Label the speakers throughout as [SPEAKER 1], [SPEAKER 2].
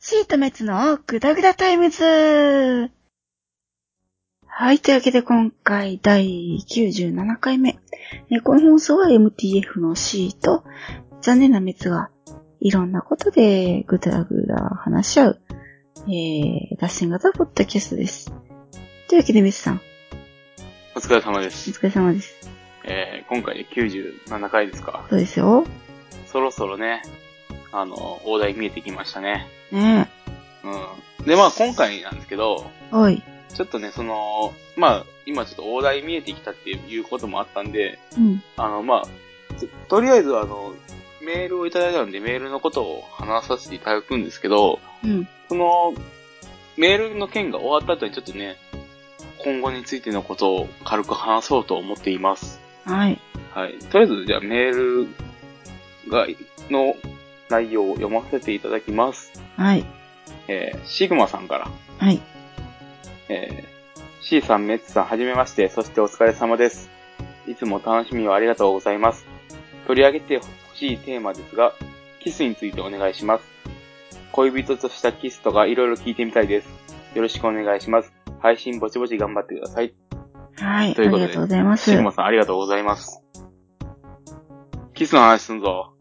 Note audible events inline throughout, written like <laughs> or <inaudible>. [SPEAKER 1] シートメッツのグダグダタイムズはい、というわけで今回第97回目。えーこの放送は MTF の C と、残念なメッツがいろんなことでグダグダ話し合う、えー、脱線型ポッドキャストです。というわけでメッツさん、
[SPEAKER 2] お疲れ様で
[SPEAKER 1] お
[SPEAKER 2] す。
[SPEAKER 1] 疲れ様です。
[SPEAKER 2] えー、今回で97回ですか。
[SPEAKER 1] そうですよ。
[SPEAKER 2] そろそろね、あの、大台見えてきましたね。
[SPEAKER 1] ね
[SPEAKER 2] うん。で、まあ今回なんですけど、
[SPEAKER 1] え。おい。
[SPEAKER 2] ちょっとね、その、まあ、今ちょっと大台見えてきたっていうこともあったんで、
[SPEAKER 1] うん。
[SPEAKER 2] あの、まあ、ととりあえずあの、メールをいただいたので、メールのことを話させていただくんですけど、
[SPEAKER 1] うん。
[SPEAKER 2] その、メールの件が終わった後にちょっとね、今後についてのことを軽く話そうと思っています。
[SPEAKER 1] はい。
[SPEAKER 2] はい。とりあえず、じゃあメールが、の内容を読ませていただきます。
[SPEAKER 1] はい。
[SPEAKER 2] えー、シグマさんから。
[SPEAKER 1] はい。
[SPEAKER 2] えー、C さん、メッツさん、はじめまして、そしてお疲れ様です。いつも楽しみをありがとうございます。取り上げてほしいテーマですが、キスについてお願いします。恋人としたキスとかいろいろ聞いてみたいです。よろしくお願いします。配信ぼちぼち頑張ってください。
[SPEAKER 1] はい。
[SPEAKER 2] というこ
[SPEAKER 1] あ
[SPEAKER 2] と
[SPEAKER 1] り
[SPEAKER 2] で
[SPEAKER 1] がとうございます。
[SPEAKER 2] シグマさん、ありがとうございます。キスの話すんぞ。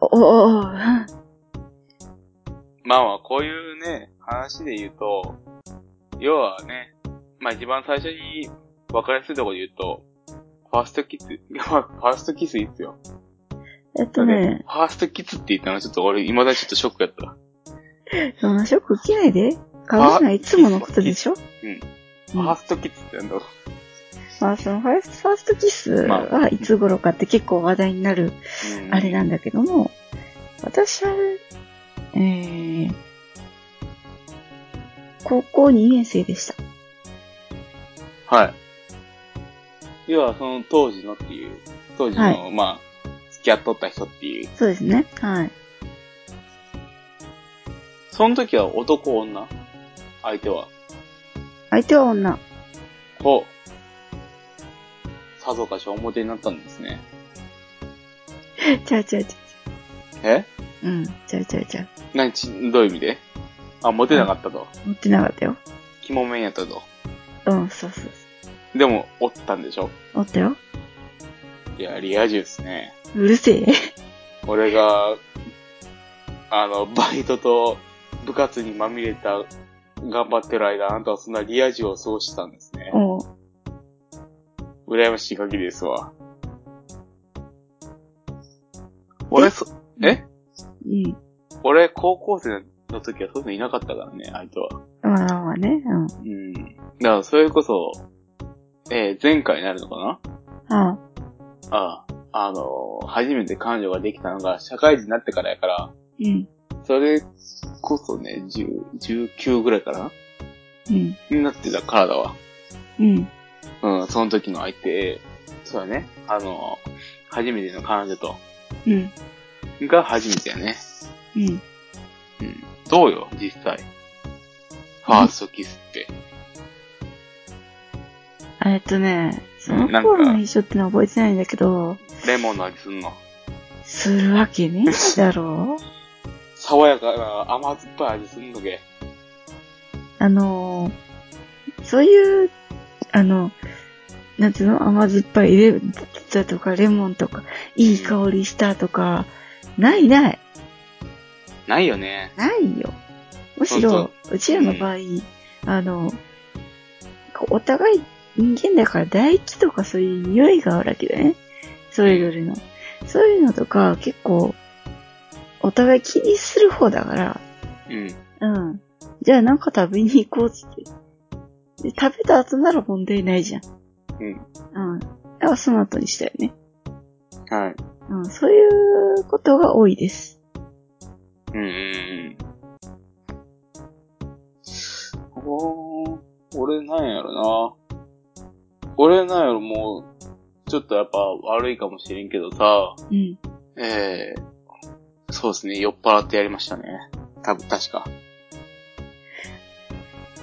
[SPEAKER 1] お、お、お、 <laughs> うん
[SPEAKER 2] まあまあ、こういうね、話で言うと、要はね、まあ一番最初に分かりやすいところで言うと、ファーストキス、 <laughs> まあファーストキスいいっすよ。
[SPEAKER 1] えっとね、
[SPEAKER 2] ファーストキスって言ったのはちょっと俺、未だにちょっとショックやった。
[SPEAKER 1] そんなショック受けないで。買うのはいつものことでしょ
[SPEAKER 2] ファーストキスってなんだろ
[SPEAKER 1] まあ、そのファースト、ファーストキス
[SPEAKER 2] ま
[SPEAKER 1] はいつ頃かって結構話題になる
[SPEAKER 2] う、うん
[SPEAKER 1] あれなんだけども、私は、えー、高校2年生でした。
[SPEAKER 2] はい。要はその当時のっていう、当時の、
[SPEAKER 1] は
[SPEAKER 2] まあ、付き合っとった人っていう。
[SPEAKER 1] そうですね。はい。
[SPEAKER 2] その時は男女相手は。
[SPEAKER 1] 相手は女。
[SPEAKER 2] ほう。さぞかし表になったんですね。
[SPEAKER 1] ちゃうちゃうちゃ
[SPEAKER 2] え
[SPEAKER 1] う。うん、ちゃうちゃうちゃう。
[SPEAKER 2] 何ち、どういう意味であ、モテなかったと。
[SPEAKER 1] 持ってなかったよ。
[SPEAKER 2] キモメンやったと。
[SPEAKER 1] うん、そうそう
[SPEAKER 2] でも、おったんでしょ
[SPEAKER 1] そう。おったよ。
[SPEAKER 2] いや、リア充ですね。
[SPEAKER 1] うるせえ。 <laughs>
[SPEAKER 2] 俺が、あの、バイトと部活にまみれた、頑張ってる間、あなたはそんなリア充を過ごしてたんですね。
[SPEAKER 1] おう
[SPEAKER 2] 羨ましい限りですわ。俺、そ、え
[SPEAKER 1] うん。
[SPEAKER 2] 俺、高校生の時はそういうのいなかったからね、相手は。
[SPEAKER 1] まあまあね。うん。
[SPEAKER 2] うん。だから、それこそ、えー前回になるのかな
[SPEAKER 1] ああ
[SPEAKER 2] ああ、あの、初めて彼女ができたのが社会人になってからやから、
[SPEAKER 1] うん。
[SPEAKER 2] それこそね、10 19ぐらいかな
[SPEAKER 1] うん。
[SPEAKER 2] になってたからだわ。
[SPEAKER 1] うん。
[SPEAKER 2] うん、その時の相手、そうだね、あの、初めての彼女と、
[SPEAKER 1] うん。
[SPEAKER 2] が初めてやね。
[SPEAKER 1] うん。
[SPEAKER 2] うん。どうよ、実際。ファーストキスって。
[SPEAKER 1] えっとね、その
[SPEAKER 2] なんか
[SPEAKER 1] 頃の印象ってのは覚えてないんだけど、
[SPEAKER 2] レモンの味すんの。
[SPEAKER 1] するわけねえだろう
[SPEAKER 2] 爽やかな甘酸っぱい味すんのけ。
[SPEAKER 1] あのー、そういう、あの、なんていうの甘酸っぱいレだとかレモンとか、いい香りしたとか、ないない。
[SPEAKER 2] ないよね。
[SPEAKER 1] ないよ。むしろ、うちらの場合、あの、こうお互い人間だから唾液とかそういう匂いがあるわけだよね。それぞれの。そういうのとか、結構、お互い気にする方だから、
[SPEAKER 2] うん。
[SPEAKER 1] うん。じゃあなんか食べに行こうっつって。で食べた後なら問題ないじゃん。
[SPEAKER 2] うん。
[SPEAKER 1] うん。だからその後にしたよね。
[SPEAKER 2] はい。
[SPEAKER 1] うん。そういうことが多いです。
[SPEAKER 2] うんうんうん。おー、俺なんやろな。俺なんやろ、もう、ちょっとやっぱ悪いかもしれんけどさ、
[SPEAKER 1] うん。
[SPEAKER 2] ええそうですね、酔っ払ってやりましたね。多分、確か。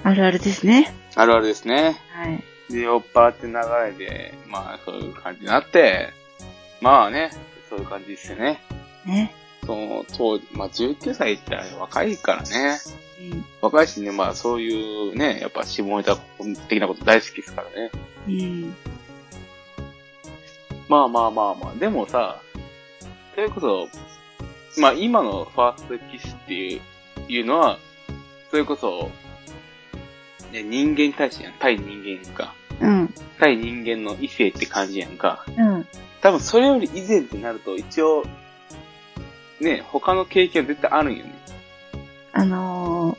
[SPEAKER 1] あるあるですね。
[SPEAKER 2] あるあるですね。
[SPEAKER 1] はい。
[SPEAKER 2] で、酔っ払って流れで、まあ、そういう感じになって、まあね、そういう感じですよね。
[SPEAKER 1] ね。
[SPEAKER 2] その、当時、まあ、19歳って言ったら若いからね。
[SPEAKER 1] うん。
[SPEAKER 2] 若いしね、まあ、そういうね、やっぱ下ネタ的なこと大好きですからね。
[SPEAKER 1] うん。
[SPEAKER 2] まあまあまあまあ、でもさ、それこそ、まあ今のファーストキスっていう、いうのは、それこそ、ね、人間に対してやん。対人間やんか。
[SPEAKER 1] うん。
[SPEAKER 2] 対人間の異性って感じやんか。
[SPEAKER 1] うん。
[SPEAKER 2] 多分それより以前ってなると、一応、ね、他の経験は絶対あるんよね。
[SPEAKER 1] あの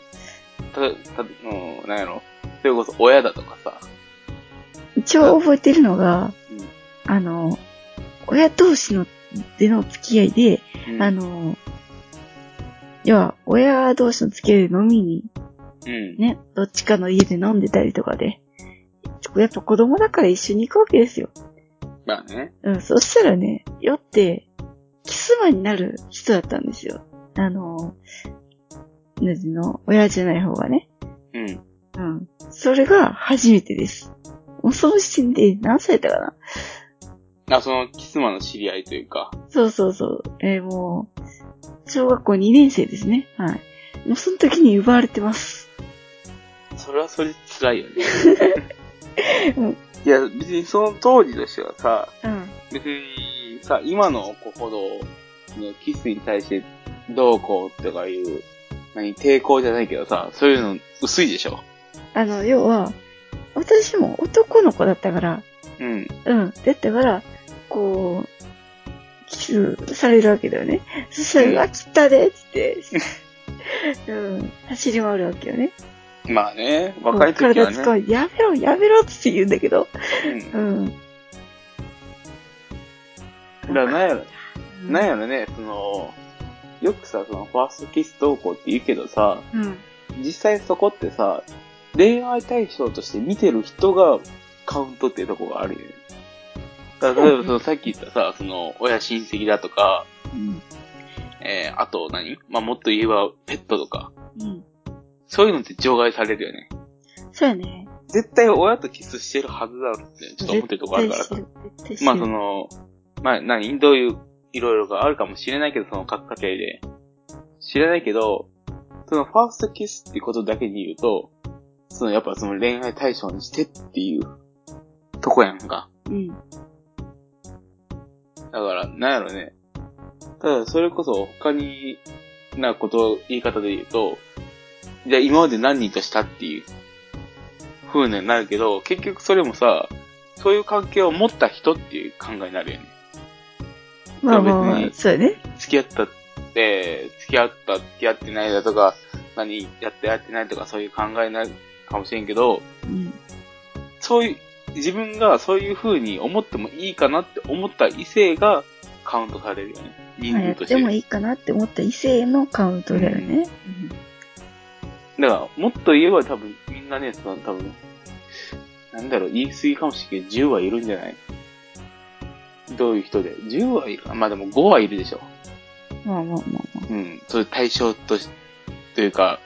[SPEAKER 2] た、た、もう、なんやろ。それこそ親だとかさ。
[SPEAKER 1] ー、一応覚えてるのが、
[SPEAKER 2] うん
[SPEAKER 1] あのー、親同士の、での付き合いで、
[SPEAKER 2] うん
[SPEAKER 1] あ、のー、要は、親同士の付き合いで飲みに、
[SPEAKER 2] うん。
[SPEAKER 1] ね、どっちかの家で飲んでたりとかで、やっぱ子供だから一緒に行くわけですよ。
[SPEAKER 2] まあね。
[SPEAKER 1] うん、そしたらね、酔って、キスマンになる人だったんですよ。あのー、なんていうの、親じゃない方がね。
[SPEAKER 2] うん。
[SPEAKER 1] うん。それが初めてです。もうその時点で何歳だったかな
[SPEAKER 2] あ、その、キスマンの知り合いというか。
[SPEAKER 1] そうそうそう。えーもう、小学校2年生ですね。はい。もうその時に奪われてます。
[SPEAKER 2] それはそれで辛いよね
[SPEAKER 1] うん。
[SPEAKER 2] <laughs> いや、別にその当時としてはさ、
[SPEAKER 1] うん。
[SPEAKER 2] 別にさ、今の子ほど、そのキスに対してどうこうとかいう、何、抵抗じゃないけどさ、そういうの薄いでしょ。
[SPEAKER 1] あの、要は、私も男の子だったから、
[SPEAKER 2] うん。
[SPEAKER 1] うん。だったから、こう、キスされるわけだよね。そしたら、
[SPEAKER 2] うん
[SPEAKER 1] うわ、切ったでっつ <laughs> って、うん。走り回るわけよね。
[SPEAKER 2] まあね、若い時は
[SPEAKER 1] 体使
[SPEAKER 2] ね。
[SPEAKER 1] う。やめろ、やめろっつって言うんだけど。
[SPEAKER 2] うん。
[SPEAKER 1] うん。
[SPEAKER 2] だからなんやろ、
[SPEAKER 1] うん
[SPEAKER 2] なんやろね、その、よくさ、その、ファーストキスどうこうって言うけどさ、
[SPEAKER 1] うん。
[SPEAKER 2] 実際そこってさ、恋愛対象として見てる人がカウントっていうとこがあるよね。だから例えばそのさっき言ったさ、その親親戚だとか、
[SPEAKER 1] うん。
[SPEAKER 2] えー、あと何まあ、もっと言えばペットとか、
[SPEAKER 1] うん。
[SPEAKER 2] そういうのって除外されるよね。
[SPEAKER 1] そうやね。
[SPEAKER 2] 絶対親とキスしてるはずだろって、ちょっと思ってるとこあるからさ。
[SPEAKER 1] 絶対してる。絶対してる
[SPEAKER 2] まあそ、の、まあ何どういう、いろいろがあるかもしれないけど、その各家庭で。知らないけど、そのファーストキスってことだけに言うと、そのやっぱその恋愛対象にしてっていうとこやんか。
[SPEAKER 1] うん。
[SPEAKER 2] だから、なんやろね。ただそれこそ他に、なこと、言い方で言うと、じゃあ今まで何人としたっていう風になるけど、結局それもさ、そういう関係を持った人っていう考えになるよね。
[SPEAKER 1] まあまあま
[SPEAKER 2] 別
[SPEAKER 1] あ、
[SPEAKER 2] に
[SPEAKER 1] そうやね。
[SPEAKER 2] 付き合ったって、付き合った、付き合ってないだとか、何やってやってないとかそういう考えないかもしれんけど、
[SPEAKER 1] うん。
[SPEAKER 2] そういう、自分がそういう風に思ってもいいかなって思った異性がカウントされるよね。人
[SPEAKER 1] まあや
[SPEAKER 2] 数
[SPEAKER 1] っ
[SPEAKER 2] として。
[SPEAKER 1] てもいいかなって思った異性のカウントだよね。
[SPEAKER 2] だから、もっと言えば多分、みんなね、その多分、なんだろう、言い過ぎかもしれんけど、10はいるんじゃないどういう人で ?10 はいるかまあでも5はいるでしょ。
[SPEAKER 1] まあまあまあまあ。
[SPEAKER 2] うん、そういう対象とし、というか、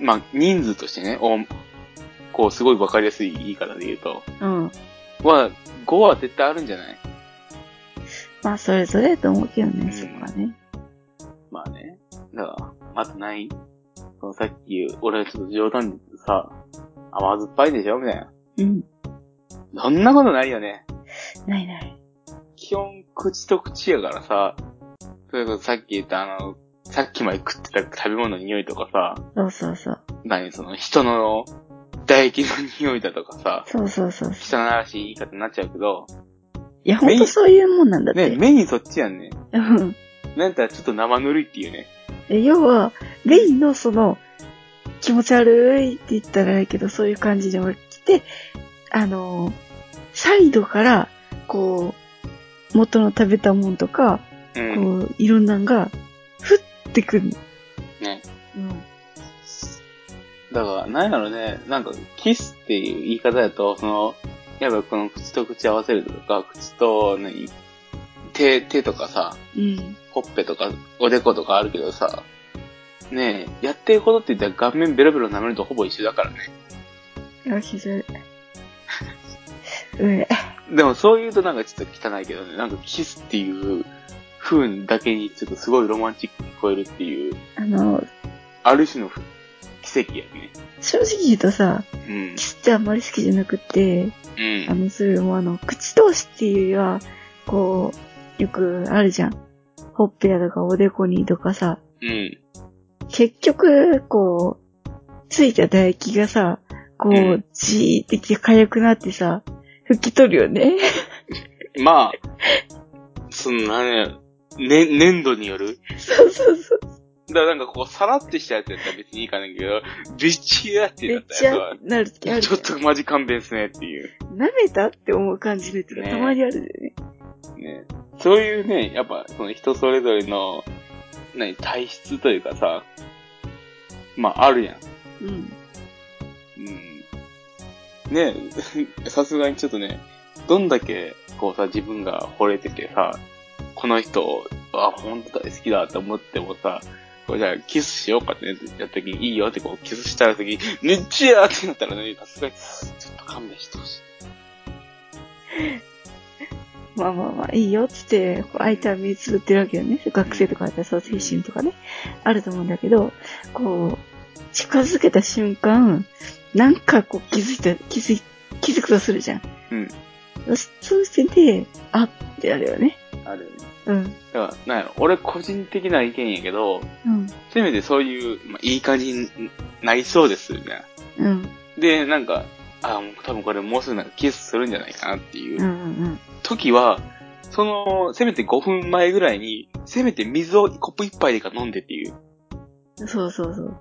[SPEAKER 2] まあ、人数としてね、おこう、すごいわかりやすい言い方で言うと、
[SPEAKER 1] うん。
[SPEAKER 2] は、5は絶対あるんじゃない
[SPEAKER 1] まあ、それぞれだと思うけどね、
[SPEAKER 2] うん
[SPEAKER 1] そこはね。
[SPEAKER 2] まあね。だから、あとない、そのさっき、俺ちょっと冗談でさ、甘酸っぱいでしょみたいな。
[SPEAKER 1] うん。
[SPEAKER 2] そんなことないよね。
[SPEAKER 1] ないない。
[SPEAKER 2] 基本、口と口やからさ、それこそさっき言ったあの、さっきまで食ってた食べ物の匂いとかさ、
[SPEAKER 1] そうそうそう。
[SPEAKER 2] 何その人の唾液の匂いだとかさ、
[SPEAKER 1] そうそうそうそう。
[SPEAKER 2] 汚らしい言い方になっちゃうけど、
[SPEAKER 1] いや、ほんとそういうもんなんだっ
[SPEAKER 2] ね、
[SPEAKER 1] て。
[SPEAKER 2] メインそっちやんね。
[SPEAKER 1] うん。
[SPEAKER 2] なんやったらちょっと生ぬるいっていうね。
[SPEAKER 1] え要は、レインのその、気持ち悪いって言ったらあれやけど、そういう感じで俺来て、あのー、サイドから、こう、元の食べたもんとか、
[SPEAKER 2] うん。
[SPEAKER 1] こう、いろんなんが、降ってくる。
[SPEAKER 2] ね。
[SPEAKER 1] うん。
[SPEAKER 2] だから、なんやろね、なんか、キスっていう言い方だと、その、やっぱこの口と口合わせるとか、口と何、手、手とかさ、
[SPEAKER 1] うん。
[SPEAKER 2] ほっぺとか、おでことかあるけどさ、ねえ、やってることって言ったら顔面ベロベロ舐めるとほぼ一緒だからね。
[SPEAKER 1] よし、それ。 <laughs> うえ。
[SPEAKER 2] でもそう言うとなんかちょっと汚いけどね、なんかキスっていう風だけにちょっとすごいロマンチックに聞こえるっていう、
[SPEAKER 1] あの、
[SPEAKER 2] ある種の奇跡やね。
[SPEAKER 1] 正直言うとさ、
[SPEAKER 2] うん
[SPEAKER 1] キ。スってあんまり好きじゃなくて、
[SPEAKER 2] うん
[SPEAKER 1] あ。の、それもあの、口通しっていうよりは、こう、よくあるじゃん。ほっぺやとかおでこにとかさ、
[SPEAKER 2] うん。
[SPEAKER 1] 結局、こう、ついた唾液がさ、こ
[SPEAKER 2] う、
[SPEAKER 1] うんじーってきて痒くなってさ、拭き取るよね。
[SPEAKER 2] まあ、そのなんや、ね、粘土による
[SPEAKER 1] <laughs> そうそうそう。
[SPEAKER 2] だからなんかこう、さらってしたやつやったら別にいいかないけど、びっちりだって
[SPEAKER 1] め
[SPEAKER 2] なっ
[SPEAKER 1] ったち
[SPEAKER 2] や
[SPEAKER 1] ゃ
[SPEAKER 2] つは、
[SPEAKER 1] なる時ある。
[SPEAKER 2] ちょっとマジ勘弁っすねっていう。
[SPEAKER 1] 舐めたって思う感じのやつが
[SPEAKER 2] ね
[SPEAKER 1] たまにあるんだよね。
[SPEAKER 2] ね。そういうね、やっぱ、その人それぞれの、何、体質というかさ、まあ、あるやん。
[SPEAKER 1] うん。
[SPEAKER 2] うん。ね <laughs> さすがにちょっとね、どんだけ、こうさ、自分が惚れててさ、この人、あ、本当大好きだって思ってもさ、こうじゃあキスしようかってねってやった時に、いいよってこうキスしたら時に、めっちゃーってなったらね、さすがに、ちょっと勘弁してほしい。
[SPEAKER 1] まあまあまあ、いいよっつって、こう相手は目つぶってるわけよね。学生とかだったらそう、精神とかね。あると思うんだけど、こう、近づけた瞬間、なんかこう気づいた、気づい、気づくとするじゃん。
[SPEAKER 2] うん。
[SPEAKER 1] そそうしてて、あってあるよね。
[SPEAKER 2] あるよね。
[SPEAKER 1] うん。
[SPEAKER 2] だから、なんやろ、俺個人的な意見やけど、
[SPEAKER 1] うん。
[SPEAKER 2] せめてそういう、まあ、いい感じになりそうです、みたいな。
[SPEAKER 1] うん。
[SPEAKER 2] で、なんか、あ、もう多分これもうすぐなんかキスするんじゃないかなっていう。
[SPEAKER 1] うん。うん。
[SPEAKER 2] 時は、その、せめて5分前ぐらいに、せめて水をコップ一杯でか飲んでっていう。
[SPEAKER 1] うん。そうそうそう。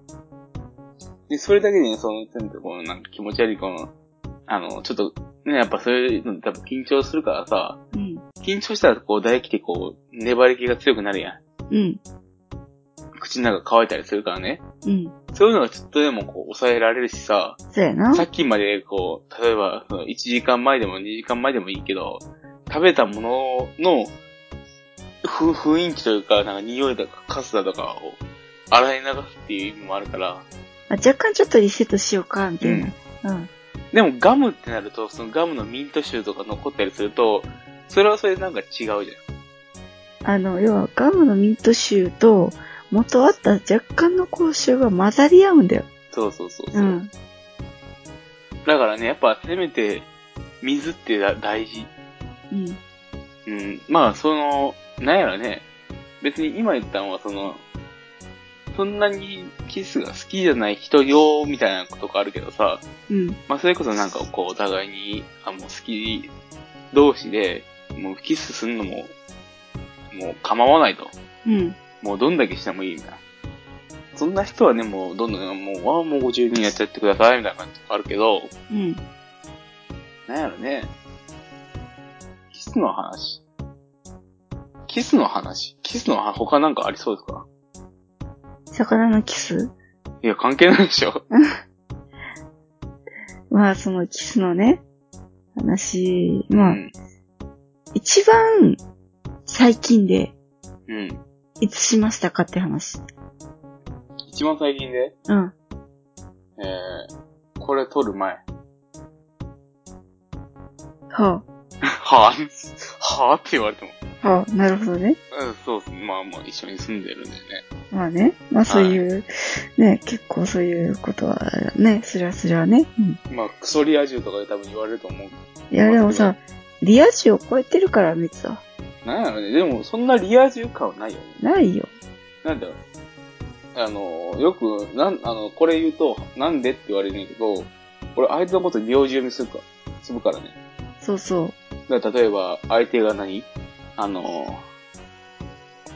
[SPEAKER 2] で、それだけでね、その、せめてこのなんか気持ち悪いこの、あの、ちょっと、ね、やっぱそういうの多分緊張するからさ、
[SPEAKER 1] うん。
[SPEAKER 2] 緊張したらこう唾液ってこう、粘り気が強くなるや
[SPEAKER 1] うん。
[SPEAKER 2] ん。口の中乾いたりするからね。
[SPEAKER 1] うん。
[SPEAKER 2] そういうのがちょっとでもこう、抑えられるしさ、
[SPEAKER 1] そうやな。
[SPEAKER 2] さっきまでこう、例えば、その1時間前でも2時間前でもいいけど、食べたものの、ふ、雰囲気というか、なんか匂いとかカスだとかを洗い流すっていう意味もあるから、
[SPEAKER 1] まあ、若干ちょっとリセットしようか、みたいな。うん。
[SPEAKER 2] でもガムってなると、そのガムのミント臭とか残ったりすると、それはそれでなんか違うじゃん。
[SPEAKER 1] あの、要はガムのミント臭と、元あった若干の口臭が混ざり合うんだよ。
[SPEAKER 2] そうそうそうそうう、
[SPEAKER 1] ん。
[SPEAKER 2] だからね、やっぱせめて、水ってだ大事。
[SPEAKER 1] うん。
[SPEAKER 2] うん、まあ、その、なんやらね、別に今言ったのは、その、そんなにキスが好きじゃない人用みたいなことがあるけどさ、
[SPEAKER 1] うん。
[SPEAKER 2] まあ、それこそなんかこう、お互いに、あ、もう好き同士で、もうキスするのも、もう構わないと。
[SPEAKER 1] うん。
[SPEAKER 2] もうどんだけしてもいいみたいな。そんな人はね、もうどんどん、もう、あもうご自由にやっちゃってください、みたいな感じとかあるけど、
[SPEAKER 1] うん。
[SPEAKER 2] なんやろね。キスの話。キスの話キスの話、他なんかありそうですか
[SPEAKER 1] 魚のキス
[SPEAKER 2] いや、関係ないでしょ。
[SPEAKER 1] まあ、そのキスのね、話、
[SPEAKER 2] う
[SPEAKER 1] まあ、
[SPEAKER 2] ん。
[SPEAKER 1] 一番最近で、
[SPEAKER 2] うん。
[SPEAKER 1] いつしましたかって話。
[SPEAKER 2] 一番最近で、
[SPEAKER 1] うん。
[SPEAKER 2] えー、これ撮る前。 <laughs>
[SPEAKER 1] は
[SPEAKER 2] はぁ、はぁって言われても。
[SPEAKER 1] あ、はあ、なるほどね。
[SPEAKER 2] うん、そうっす。まあまあ、一緒に住んでるんでね。
[SPEAKER 1] まあね。まあそういう、ね、結構そういうことは、ね、すりゃすりゃね。うん。
[SPEAKER 2] まあ、クソリア充とかで多分言われると思う。
[SPEAKER 1] いや、でもさ、リア充を超えてるから、別は。
[SPEAKER 2] なんやろね。でも、そんなリア充感はないよね。
[SPEAKER 1] ないよ。
[SPEAKER 2] なんだろう。あの、よく、なん、あの、これ言うと、なんでって言われるんやけど、俺、相手のこと名字読みするか、するからね。
[SPEAKER 1] そうそう。
[SPEAKER 2] だから例えば、相手が何あの、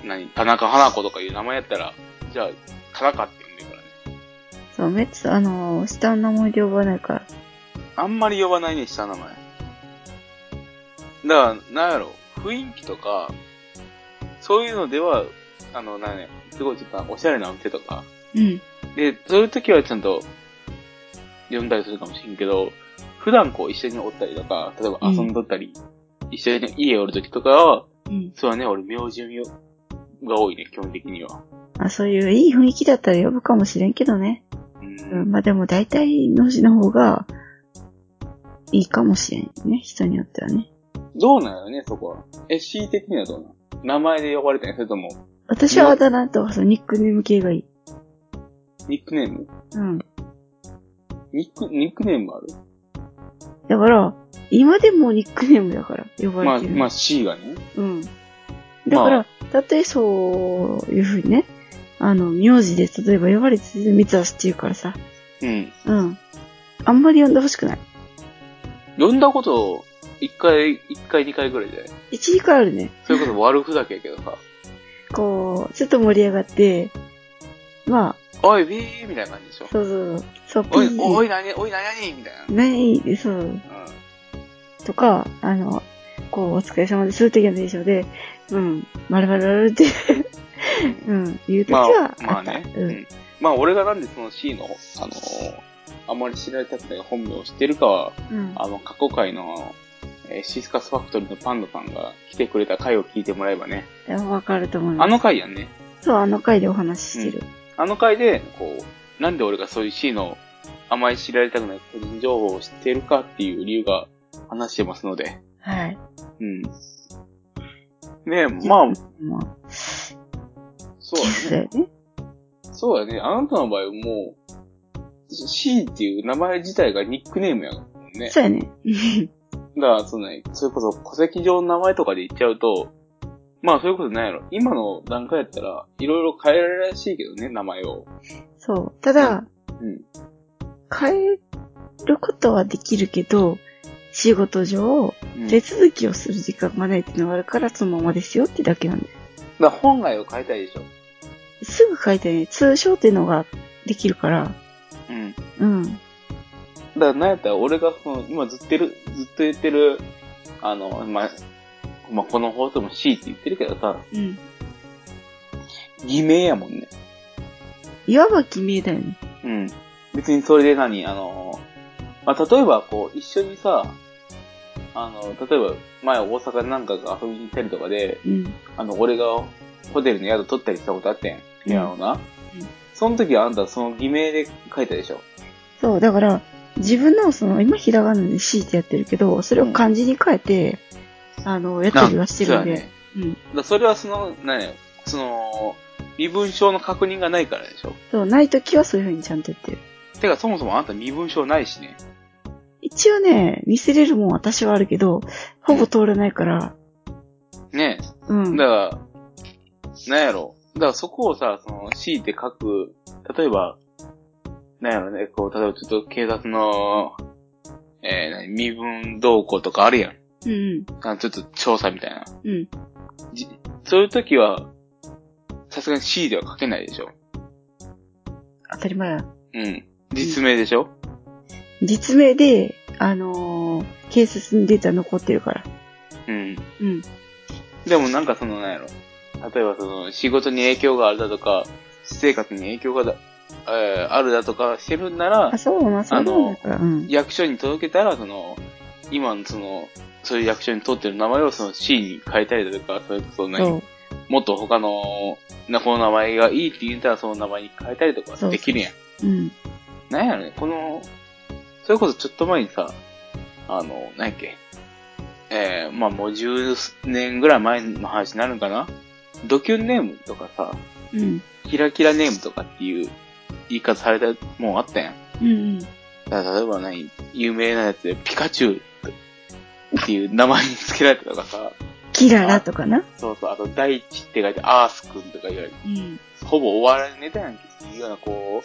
[SPEAKER 2] 何田中花子とかいう名前やったら、じゃあ、田中って呼んでるからね。
[SPEAKER 1] そう、メッツ、あのー、下の名前で呼ばないから。
[SPEAKER 2] あんまり呼ばないね、下の名前。だから、なんやろ、雰囲気とか、そういうのでは、あの、なんやね、すごいちょっとおしゃれなお店とか、
[SPEAKER 1] うん。
[SPEAKER 2] で、そういう時はちゃんと、読んだりするかもしれんけど、普段こう一緒におったりとか、例えば
[SPEAKER 1] うん
[SPEAKER 2] 遊んどったり、一緒に家おるときとかは、
[SPEAKER 1] うん。
[SPEAKER 2] そうだね、俺、名字読みが多いね、基本的には。
[SPEAKER 1] まあそういういい雰囲気だったら呼ぶかもしれんけどね。
[SPEAKER 2] う
[SPEAKER 1] うん、
[SPEAKER 2] ん。
[SPEAKER 1] まあでも大体の字の方がいいかもしれんね。人によってはね。
[SPEAKER 2] どうなんやろね、そこは。え、C 的にはどうなん名前で呼ばれたんやそれとも、
[SPEAKER 1] 私はあだ名とそのニックネーム系がいい。
[SPEAKER 2] ニックネーム
[SPEAKER 1] うん。
[SPEAKER 2] ニック、ニックネームある
[SPEAKER 1] だから、今でもニックネームだから、呼ば
[SPEAKER 2] まあ、
[SPEAKER 1] れてる。
[SPEAKER 2] まあ C がね。
[SPEAKER 1] うん。だから、
[SPEAKER 2] ま
[SPEAKER 1] たとえそういうふうにね、あの、名字で例えば呼ばれてて、三橋って言うからさ、
[SPEAKER 2] うん。
[SPEAKER 1] うん。あんまり呼んでほしくない。
[SPEAKER 2] 呼んだこと、一回、一回二回ぐらいで。
[SPEAKER 1] 一時間あるね。
[SPEAKER 2] それこそ悪ふざけやけどさ。
[SPEAKER 1] こう、ちょっと盛り上がって、まあ、
[SPEAKER 2] おい、ビーみたいな感じでしょ。
[SPEAKER 1] そうそう、そう、ピ
[SPEAKER 2] おい、お
[SPEAKER 1] ー、
[SPEAKER 2] い、なに、おい、なにみたいな。
[SPEAKER 1] ない、そう、
[SPEAKER 2] うん。
[SPEAKER 1] とか、あの、こう、お疲れ様ですって言うんでしょで、うん、まるまるって、 <laughs> うん、言うとき
[SPEAKER 2] ま
[SPEAKER 1] はあ
[SPEAKER 2] あ、ま
[SPEAKER 1] っ
[SPEAKER 2] あ
[SPEAKER 1] た。
[SPEAKER 2] ね。
[SPEAKER 1] う。
[SPEAKER 2] うんん。まあ、俺がなんでその C の、あのーあんまり知られたくない本名を知ってるかは、
[SPEAKER 1] うん。
[SPEAKER 2] あの、過去回の、えーシスカスファクトリーのパンダさんが来てくれた回を聞いてもらえばね。
[SPEAKER 1] でもわかると思います。
[SPEAKER 2] あの回やんね。
[SPEAKER 1] そう、あの回でお話ししてる。
[SPEAKER 2] あの回で、こう、なんで俺がそういう C の、あまり知られたくない個人情報を知ってるかっていう理由が話してますので。
[SPEAKER 1] はい。
[SPEAKER 2] うん。ねえ、まあ、
[SPEAKER 1] まあ、
[SPEAKER 2] そう
[SPEAKER 1] キ
[SPEAKER 2] だ
[SPEAKER 1] ス
[SPEAKER 2] ね。
[SPEAKER 1] だよね。
[SPEAKER 2] そうだね。あなたの場合はもう、C っていう名前自体がニックネームやもんね。
[SPEAKER 1] そうやね。
[SPEAKER 2] だから、そのね、それこそ戸籍上の名前とかで言っちゃうと、まあ、そういうことないやろ。今の段階やったら、いろいろ変えられるらしいけどね、名前を。
[SPEAKER 1] そう。ただ、
[SPEAKER 2] うん。
[SPEAKER 1] 変えることはできるけど、仕事上、
[SPEAKER 2] うん、
[SPEAKER 1] 手
[SPEAKER 2] だか
[SPEAKER 1] 続きをする時間がないっていうのがあるから、そのままですよってだけなんで。
[SPEAKER 2] ら本来を変えたいでしょ。
[SPEAKER 1] すぐ書いてね、通称っていうのができるから、
[SPEAKER 2] うん。だ
[SPEAKER 1] うん。
[SPEAKER 2] から、なんやったら、俺がその、今ずっと言ってる、ずっと言ってる、あの、まあ、まあ、この放送も C って言ってるけどさ、
[SPEAKER 1] うん。
[SPEAKER 2] 偽名やもんね。
[SPEAKER 1] いわば偽名だよね。
[SPEAKER 2] うん。別にそれで何あの、まあ、例えばこう、一緒にさ、あの、例えば前大阪なんかが遊びに行ったりとかで、
[SPEAKER 1] うん。
[SPEAKER 2] あの、俺がホテルの宿取ったりしたことあってん。
[SPEAKER 1] うん
[SPEAKER 2] やろうな。その時はあんたその偽名で書いたでしょ。
[SPEAKER 1] そう、だから、自分のその、今ひらがなで C ってやってるけど、それを漢字に変えて、あの、やったりはしてるん
[SPEAKER 2] そうや
[SPEAKER 1] で
[SPEAKER 2] ね。。
[SPEAKER 1] うん。
[SPEAKER 2] だそれはその、何やその、身分証の確認がないからでしょ。
[SPEAKER 1] そう、ないときはそういう風にちゃんとやってる。
[SPEAKER 2] てかそもそもあんた身分証ないしね。
[SPEAKER 1] 一応ね、見せれるもん私はあるけど、ほぼ通れないから、
[SPEAKER 2] ね
[SPEAKER 1] うん。
[SPEAKER 2] だから、なんやろ。だからそこをさ、その C って書く、例えば、なんやろね、こう、例えばちょっと警察の、えー、何身分動向とかあるやん。
[SPEAKER 1] うんうん。
[SPEAKER 2] あちょっと調査みたいな。
[SPEAKER 1] うん。
[SPEAKER 2] じそういう時は、さすがに C では書けないでしょ。
[SPEAKER 1] 当たり前や。
[SPEAKER 2] うん。実名でしょ、
[SPEAKER 1] 実名で、あのー、警察のデータ残ってるから。
[SPEAKER 2] うん、
[SPEAKER 1] うん。
[SPEAKER 2] でもなんかその、なんやろ。例えばその、仕事に影響があるだとか、私生活に影響がだ、えーあるだとかしてるんなら
[SPEAKER 1] あ、、そう、まあ、そうなんだから。うん。
[SPEAKER 2] 役所に届けたら、その、今のその、そういう役所に取ってる名前をその C に変えたりだとか、それこそ
[SPEAKER 1] そ
[SPEAKER 2] 何
[SPEAKER 1] う。
[SPEAKER 2] もっと他の、なこの名前がいいって言ったらその名前に変えたりと
[SPEAKER 1] そ
[SPEAKER 2] か
[SPEAKER 1] う
[SPEAKER 2] できるやん。
[SPEAKER 1] うん。
[SPEAKER 2] なんやろね、この、それこそちょっと前にさ、あの、何やっけ、えー、まあもう10年ぐらい前の話になるんかなドキュンネームとかさ、
[SPEAKER 1] うん。
[SPEAKER 2] キラキラネームとかっていう言い方されたもんあったやん。
[SPEAKER 1] うんうん。
[SPEAKER 2] だから例えば何、有名なやつでピカチュウっていう名前に付けられたとかさ、
[SPEAKER 1] キララとかな。
[SPEAKER 2] そうそう、あと大地って書いてアースくんとか言われて、
[SPEAKER 1] うん。
[SPEAKER 2] ほぼお笑いのネタやんけっていうようなこ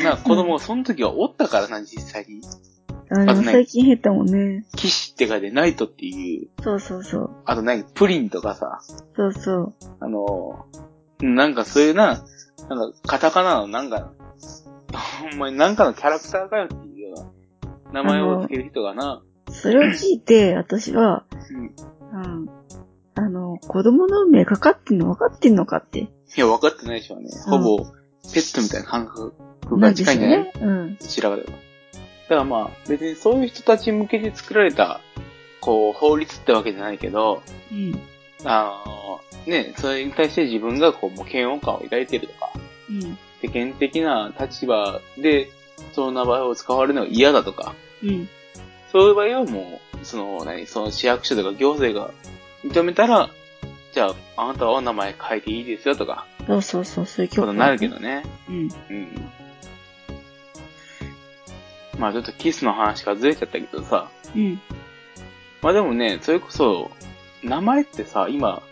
[SPEAKER 2] う、なんか子供がその時はおったからな、実際に。
[SPEAKER 1] あ
[SPEAKER 2] あと
[SPEAKER 1] の、
[SPEAKER 2] ね
[SPEAKER 1] 最近減ったもんね。
[SPEAKER 2] 騎士って書いてナイトっていう、
[SPEAKER 1] そうそうそう。
[SPEAKER 2] あと何、プリンとかさ、
[SPEAKER 1] そうそう。
[SPEAKER 2] あのー、なんかそういうな、なんかカタカナのなんか、ほんまになんかのキャラクターかよっていうような名前を付ける人がな、
[SPEAKER 1] それを聞いて、私は、
[SPEAKER 2] うん
[SPEAKER 1] うん。あの、子供の運命かかってんの分かってんのかって。
[SPEAKER 2] いや、分かってないでしょうね。
[SPEAKER 1] うん
[SPEAKER 2] ほぼ、ペットみたいな感覚
[SPEAKER 1] な
[SPEAKER 2] が
[SPEAKER 1] んで
[SPEAKER 2] 近
[SPEAKER 1] す
[SPEAKER 2] いん
[SPEAKER 1] よ
[SPEAKER 2] じゃない
[SPEAKER 1] ね。うん。
[SPEAKER 2] どちらかでは。からまあ、別にそういう人たち向けに作られた、こう、法律ってわけじゃないけど、
[SPEAKER 1] うん。
[SPEAKER 2] あの、ね、それに対して自分がこう、もう嫌悪感を抱いてるとか、
[SPEAKER 1] うん。
[SPEAKER 2] 世間的な立場で、その名前を使われるのが嫌だとか、
[SPEAKER 1] うん。
[SPEAKER 2] そういう場合はもう、その、何、その市役所とか行政が認めたら、じゃあ、あなたは名前変えていいですよとか、
[SPEAKER 1] そうそうそう、そういう
[SPEAKER 2] こ
[SPEAKER 1] 曲。
[SPEAKER 2] とになるけ。どね。
[SPEAKER 1] うん。
[SPEAKER 2] うん。まあちょっとキスの話がずれちゃったけどさ、
[SPEAKER 1] うん。
[SPEAKER 2] まあでもね、それこそ、名前ってさ、今、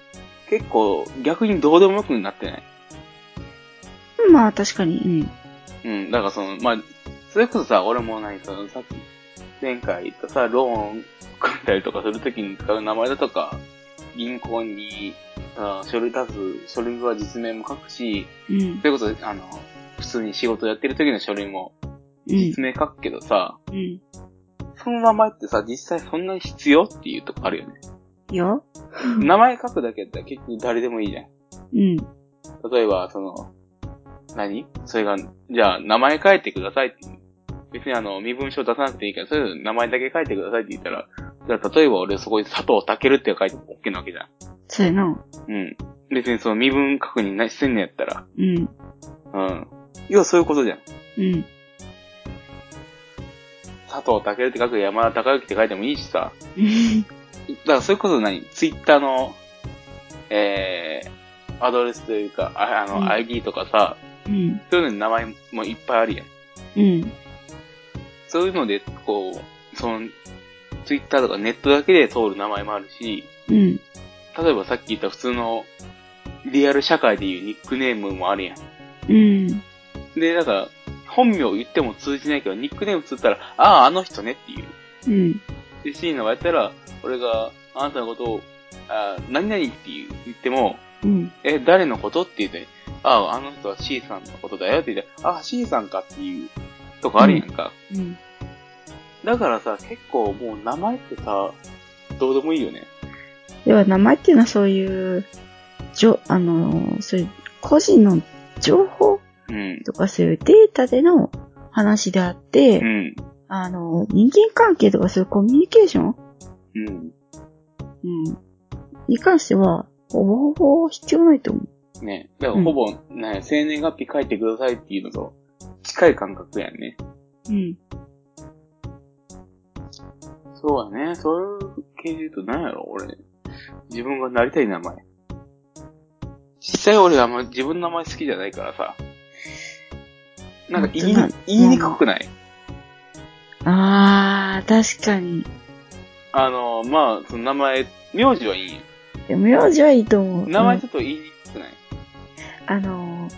[SPEAKER 2] 結構逆にどうでもよくなってない
[SPEAKER 1] まあ、確かに。うん。
[SPEAKER 2] うん、だからその、まあ、それこそさ、俺も何、その、さっき、前回言ったさ、ローン組んだりとかするときに使う名前だとか、銀行に、あ書類出す、書類は実名も書くし、
[SPEAKER 1] うん
[SPEAKER 2] そ。れこそ、あの、普通に仕事やってる時の書類も
[SPEAKER 1] うん
[SPEAKER 2] 実。名書くけどさ、
[SPEAKER 1] うん。
[SPEAKER 2] その名前ってさ、実際そんなに必要っていうとこあるよね。
[SPEAKER 1] よ。
[SPEAKER 2] 名前書くだけだったら結局誰でもいいじゃん。
[SPEAKER 1] うん。
[SPEAKER 2] 例えば、その、何それが、じゃあ、名前書いてくださいっていう。別にあの、身分証出さなくていいから、そういうの名前だけ書いてくださいって言ったら、じゃあ、例えば俺そこに佐藤健って書いても OK なわけじゃん。
[SPEAKER 1] そうやな。
[SPEAKER 2] うん。別にその身分確認なしせんのやったら。
[SPEAKER 1] うん。
[SPEAKER 2] うん。要はそういうことじゃん。
[SPEAKER 1] うん。
[SPEAKER 2] 佐藤健って書く山田孝之って書いてもいいしさ。
[SPEAKER 1] うん。
[SPEAKER 2] だからそれこそ何ツイッターの、えー、アドレスというか、ああ
[SPEAKER 1] う
[SPEAKER 2] の、
[SPEAKER 1] ん
[SPEAKER 2] ID とかさ、
[SPEAKER 1] うん。
[SPEAKER 2] そういうのに名前もいっぱいあるやん。
[SPEAKER 1] うん。
[SPEAKER 2] そういうので、こう、その、ツイッターとかネットだけで通る名前もあるし、
[SPEAKER 1] うん。
[SPEAKER 2] 例えばさっき言った普通のリアル社会でいうニックネームもあるやん。
[SPEAKER 1] うん。
[SPEAKER 2] で、だから、本名言っても通じないけど、ニックネームつったら、ああ、あの人ねっていう。
[SPEAKER 1] うん。
[SPEAKER 2] で、シーンの場合やったら、俺があなたのことを、あー何々っていう言っても、
[SPEAKER 1] うん。
[SPEAKER 2] え、誰のことって言って、ああ、あの人は C さんのことだよって言って、ああ、C さんかっていうとこあるやんか。
[SPEAKER 1] うん。
[SPEAKER 2] だからさ、結構もう名前ってさ、どうでもいいよね。
[SPEAKER 1] では、名前っていうのはそういう、じょ、あの、そういう個人の情報
[SPEAKER 2] うん。
[SPEAKER 1] とかそういうデータでの話であって、
[SPEAKER 2] うん。
[SPEAKER 1] あの、人間関係とかそういうコミュニケーション、
[SPEAKER 2] うん。
[SPEAKER 1] うん、に関しては、ほぼほぼ必要ないと思う。
[SPEAKER 2] ね。だからほぼ、ね、生年月日書いてくださいっていうのと、近い感覚やんね。
[SPEAKER 1] うん。
[SPEAKER 2] そうやね。そういう系で言うと何やろ、俺。自分がなりたい名前。実際俺あんま自分の名前好きじゃないからさ。なんか言い
[SPEAKER 1] なんとな、
[SPEAKER 2] 言いにくくない
[SPEAKER 1] あー、確かに。
[SPEAKER 2] あの、まあ、その名前、名字はいいんよ
[SPEAKER 1] でも、名字はいいと思う。
[SPEAKER 2] 名前ち
[SPEAKER 1] う
[SPEAKER 2] ょっと言いにくくない
[SPEAKER 1] んあの、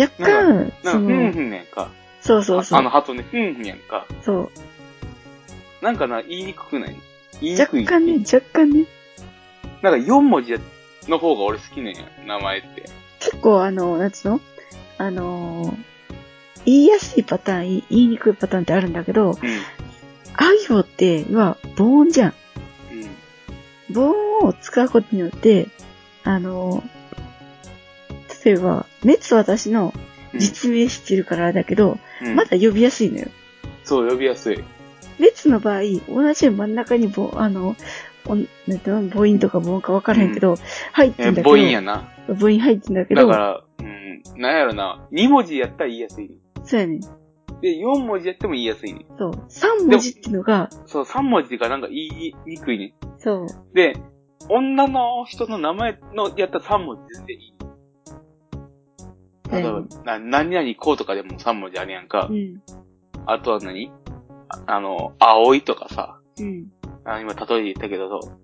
[SPEAKER 1] 若干、
[SPEAKER 2] なんか、
[SPEAKER 1] そ
[SPEAKER 2] ふん
[SPEAKER 1] の、
[SPEAKER 2] ふんやんか。
[SPEAKER 1] そうそうそ
[SPEAKER 2] あの、
[SPEAKER 1] う。
[SPEAKER 2] 鳩ね、ふんふんやんか。
[SPEAKER 1] そう
[SPEAKER 2] なんかな、言いにくくない言いにく
[SPEAKER 1] 若
[SPEAKER 2] い。
[SPEAKER 1] 干ね、若干ね。
[SPEAKER 2] なんか4文字の方が俺好きなんや、名前って。
[SPEAKER 1] 結構あの、なんつうのあの、言いやすいパターン、言い言いにくいパターンってあるんだけど、あ行って、要は、母音じゃん。
[SPEAKER 2] うん。うん。
[SPEAKER 1] 棒を使うことによって、あの、例えば、メッツは私の実名知ってるからあれだけど、
[SPEAKER 2] うん、
[SPEAKER 1] まだ呼びやすいのよ。
[SPEAKER 2] そう、呼びやすい。
[SPEAKER 1] メッツの場合、同じように真ん中に棒、あの、おんなんていうの母音とか母音か分からへんけど、入って
[SPEAKER 2] え、
[SPEAKER 1] んだけ
[SPEAKER 2] 母
[SPEAKER 1] ど、
[SPEAKER 2] 音やな。
[SPEAKER 1] 母音入ってんだけ
[SPEAKER 2] だ
[SPEAKER 1] ど
[SPEAKER 2] か、ら、うん、なんやろな。2文字やったら言いやすい。
[SPEAKER 1] そうやねん。
[SPEAKER 2] で、4文字やっても言いやすい、ね。
[SPEAKER 1] そう。3文字っていうのが、
[SPEAKER 2] そう、3文字がなんか言いにくいね。
[SPEAKER 1] そう。
[SPEAKER 2] で、女の人の名前のやったら3文字でいい。
[SPEAKER 1] そう
[SPEAKER 2] 例え
[SPEAKER 1] やね
[SPEAKER 2] ば、
[SPEAKER 1] ん
[SPEAKER 2] な何々こうとかでも3文字あるやんか
[SPEAKER 1] う。ん。
[SPEAKER 2] あとは何ああの、葵とかさ。
[SPEAKER 1] うん。
[SPEAKER 2] あ今、例えで言ったけど、そう。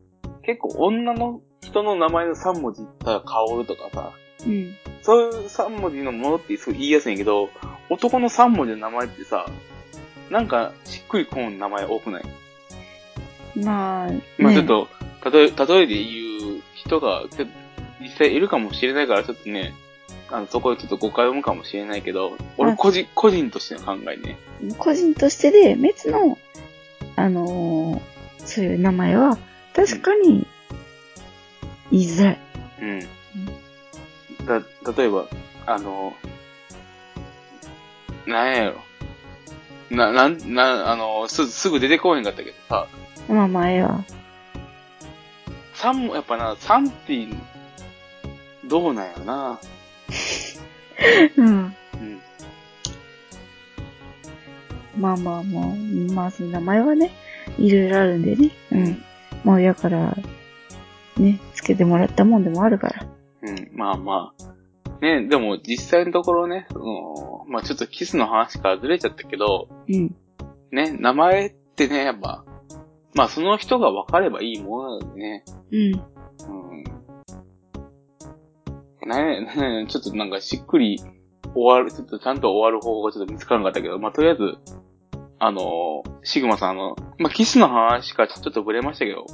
[SPEAKER 2] 結構、女の人の名前の3文字言ったら、薫とかさ、
[SPEAKER 1] うん。
[SPEAKER 2] そういう3文字のものってすごい言いやすいんやけど、男の3文字の名前ってさ、なんか、しっくりこん名前多くない
[SPEAKER 1] まあ、ね、
[SPEAKER 2] まあちょっと、例え、例えで言う人が、ちょっと実際いるかもしれないから、ちょっとね、あの、そこでちょっと誤解を生むかもしれないけど、俺個人、個人としての考えね。
[SPEAKER 1] 個人としてで、メツの、あのーそういう名前は、確かに、言いづらい。
[SPEAKER 2] うん。だ、例えば、あの、なんやろ。な、なん、な、あの、す、すぐ出てこへんかったけどさ、
[SPEAKER 1] まあまあ、ええわ。
[SPEAKER 2] 3も、やっぱな、3って、どうなんやろな。
[SPEAKER 1] うん。
[SPEAKER 2] うん。
[SPEAKER 1] まあまあまあ、まあ、その名前はね、いろいろあるんでね。うん。まあ、やから、ね、つけてもらったもんでもあるから。
[SPEAKER 2] うん、まあまあ。ね、でも実際のところね、そのまあちょっとキスの話からずれちゃったけど、
[SPEAKER 1] うん。
[SPEAKER 2] ね、名前ってね、やっぱ、まあその人が分かればいいものなのでね、
[SPEAKER 1] うん。
[SPEAKER 2] うん。なんやなんやちょっとなんかしっくり終わる、ちょっとちゃんと終わる方法がちょっと見つからなかったけど、まあとりあえず、あのーシグマさんあの、まあキスの話からちょっとぶれましたけど、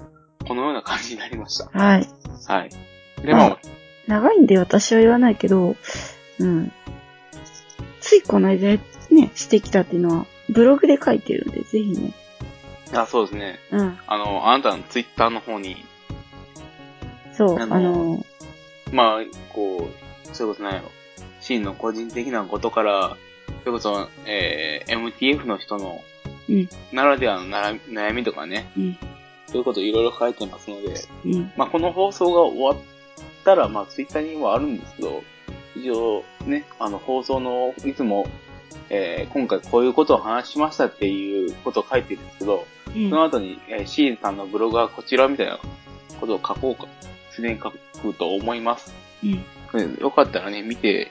[SPEAKER 2] このような感じになりました。
[SPEAKER 1] はい。
[SPEAKER 2] はい。で、まあ、
[SPEAKER 1] 長いんで私は言わないけど、うん。ついこの間ね、してきたっていうのは、ブログで書いてるんで、ぜひね。
[SPEAKER 2] あ、そうですね。
[SPEAKER 1] うん。
[SPEAKER 2] あの、あなたのツイッターの方に、
[SPEAKER 1] そう、
[SPEAKER 2] あ
[SPEAKER 1] あ
[SPEAKER 2] の
[SPEAKER 1] の
[SPEAKER 2] まあ、こう、そういうことなんやろ。シーンの個人的なことから、それこそ、えー、MTF の人の、
[SPEAKER 1] うん
[SPEAKER 2] ならではのなら悩みとかね、
[SPEAKER 1] うん。
[SPEAKER 2] そういうこといろいろ書いてますので、
[SPEAKER 1] うん。
[SPEAKER 2] まあ、この放送が終わったら、まあ、ツイッターにはあるんですけど、一応、ね、あの、放送の、いつも、えー、今回こういうことを話しましたっていうことを書いてるんですけど、
[SPEAKER 1] うん
[SPEAKER 2] その後に、えー、シーンさんのブログはこちらみたいなことを書こうか、すでに書くと思います。
[SPEAKER 1] うん。
[SPEAKER 2] ねよかったらね、見て、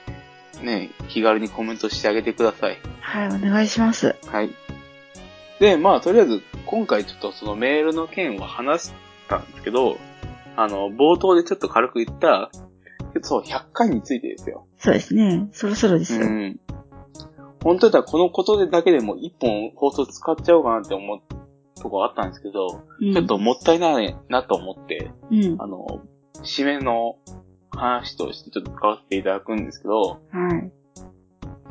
[SPEAKER 2] ね、気軽にコメントしてあげてください。
[SPEAKER 1] はい、お願いします。
[SPEAKER 2] はい。で、まあ、とりあえず、今回ちょっとそのメールの件は話したんですけど、あの、冒頭でちょっと軽く言った、そう、100回についてですよ。
[SPEAKER 1] そうですね。そろそろですよ。
[SPEAKER 2] ん。本当だったらこのことでだけでも1本放送使っちゃおうかなって思うとこあったんですけど、
[SPEAKER 1] うん
[SPEAKER 2] ちょっともったいないなと思って、
[SPEAKER 1] うん。
[SPEAKER 2] あの、締めの話としてちょっと使わせていただくんですけど、
[SPEAKER 1] はい。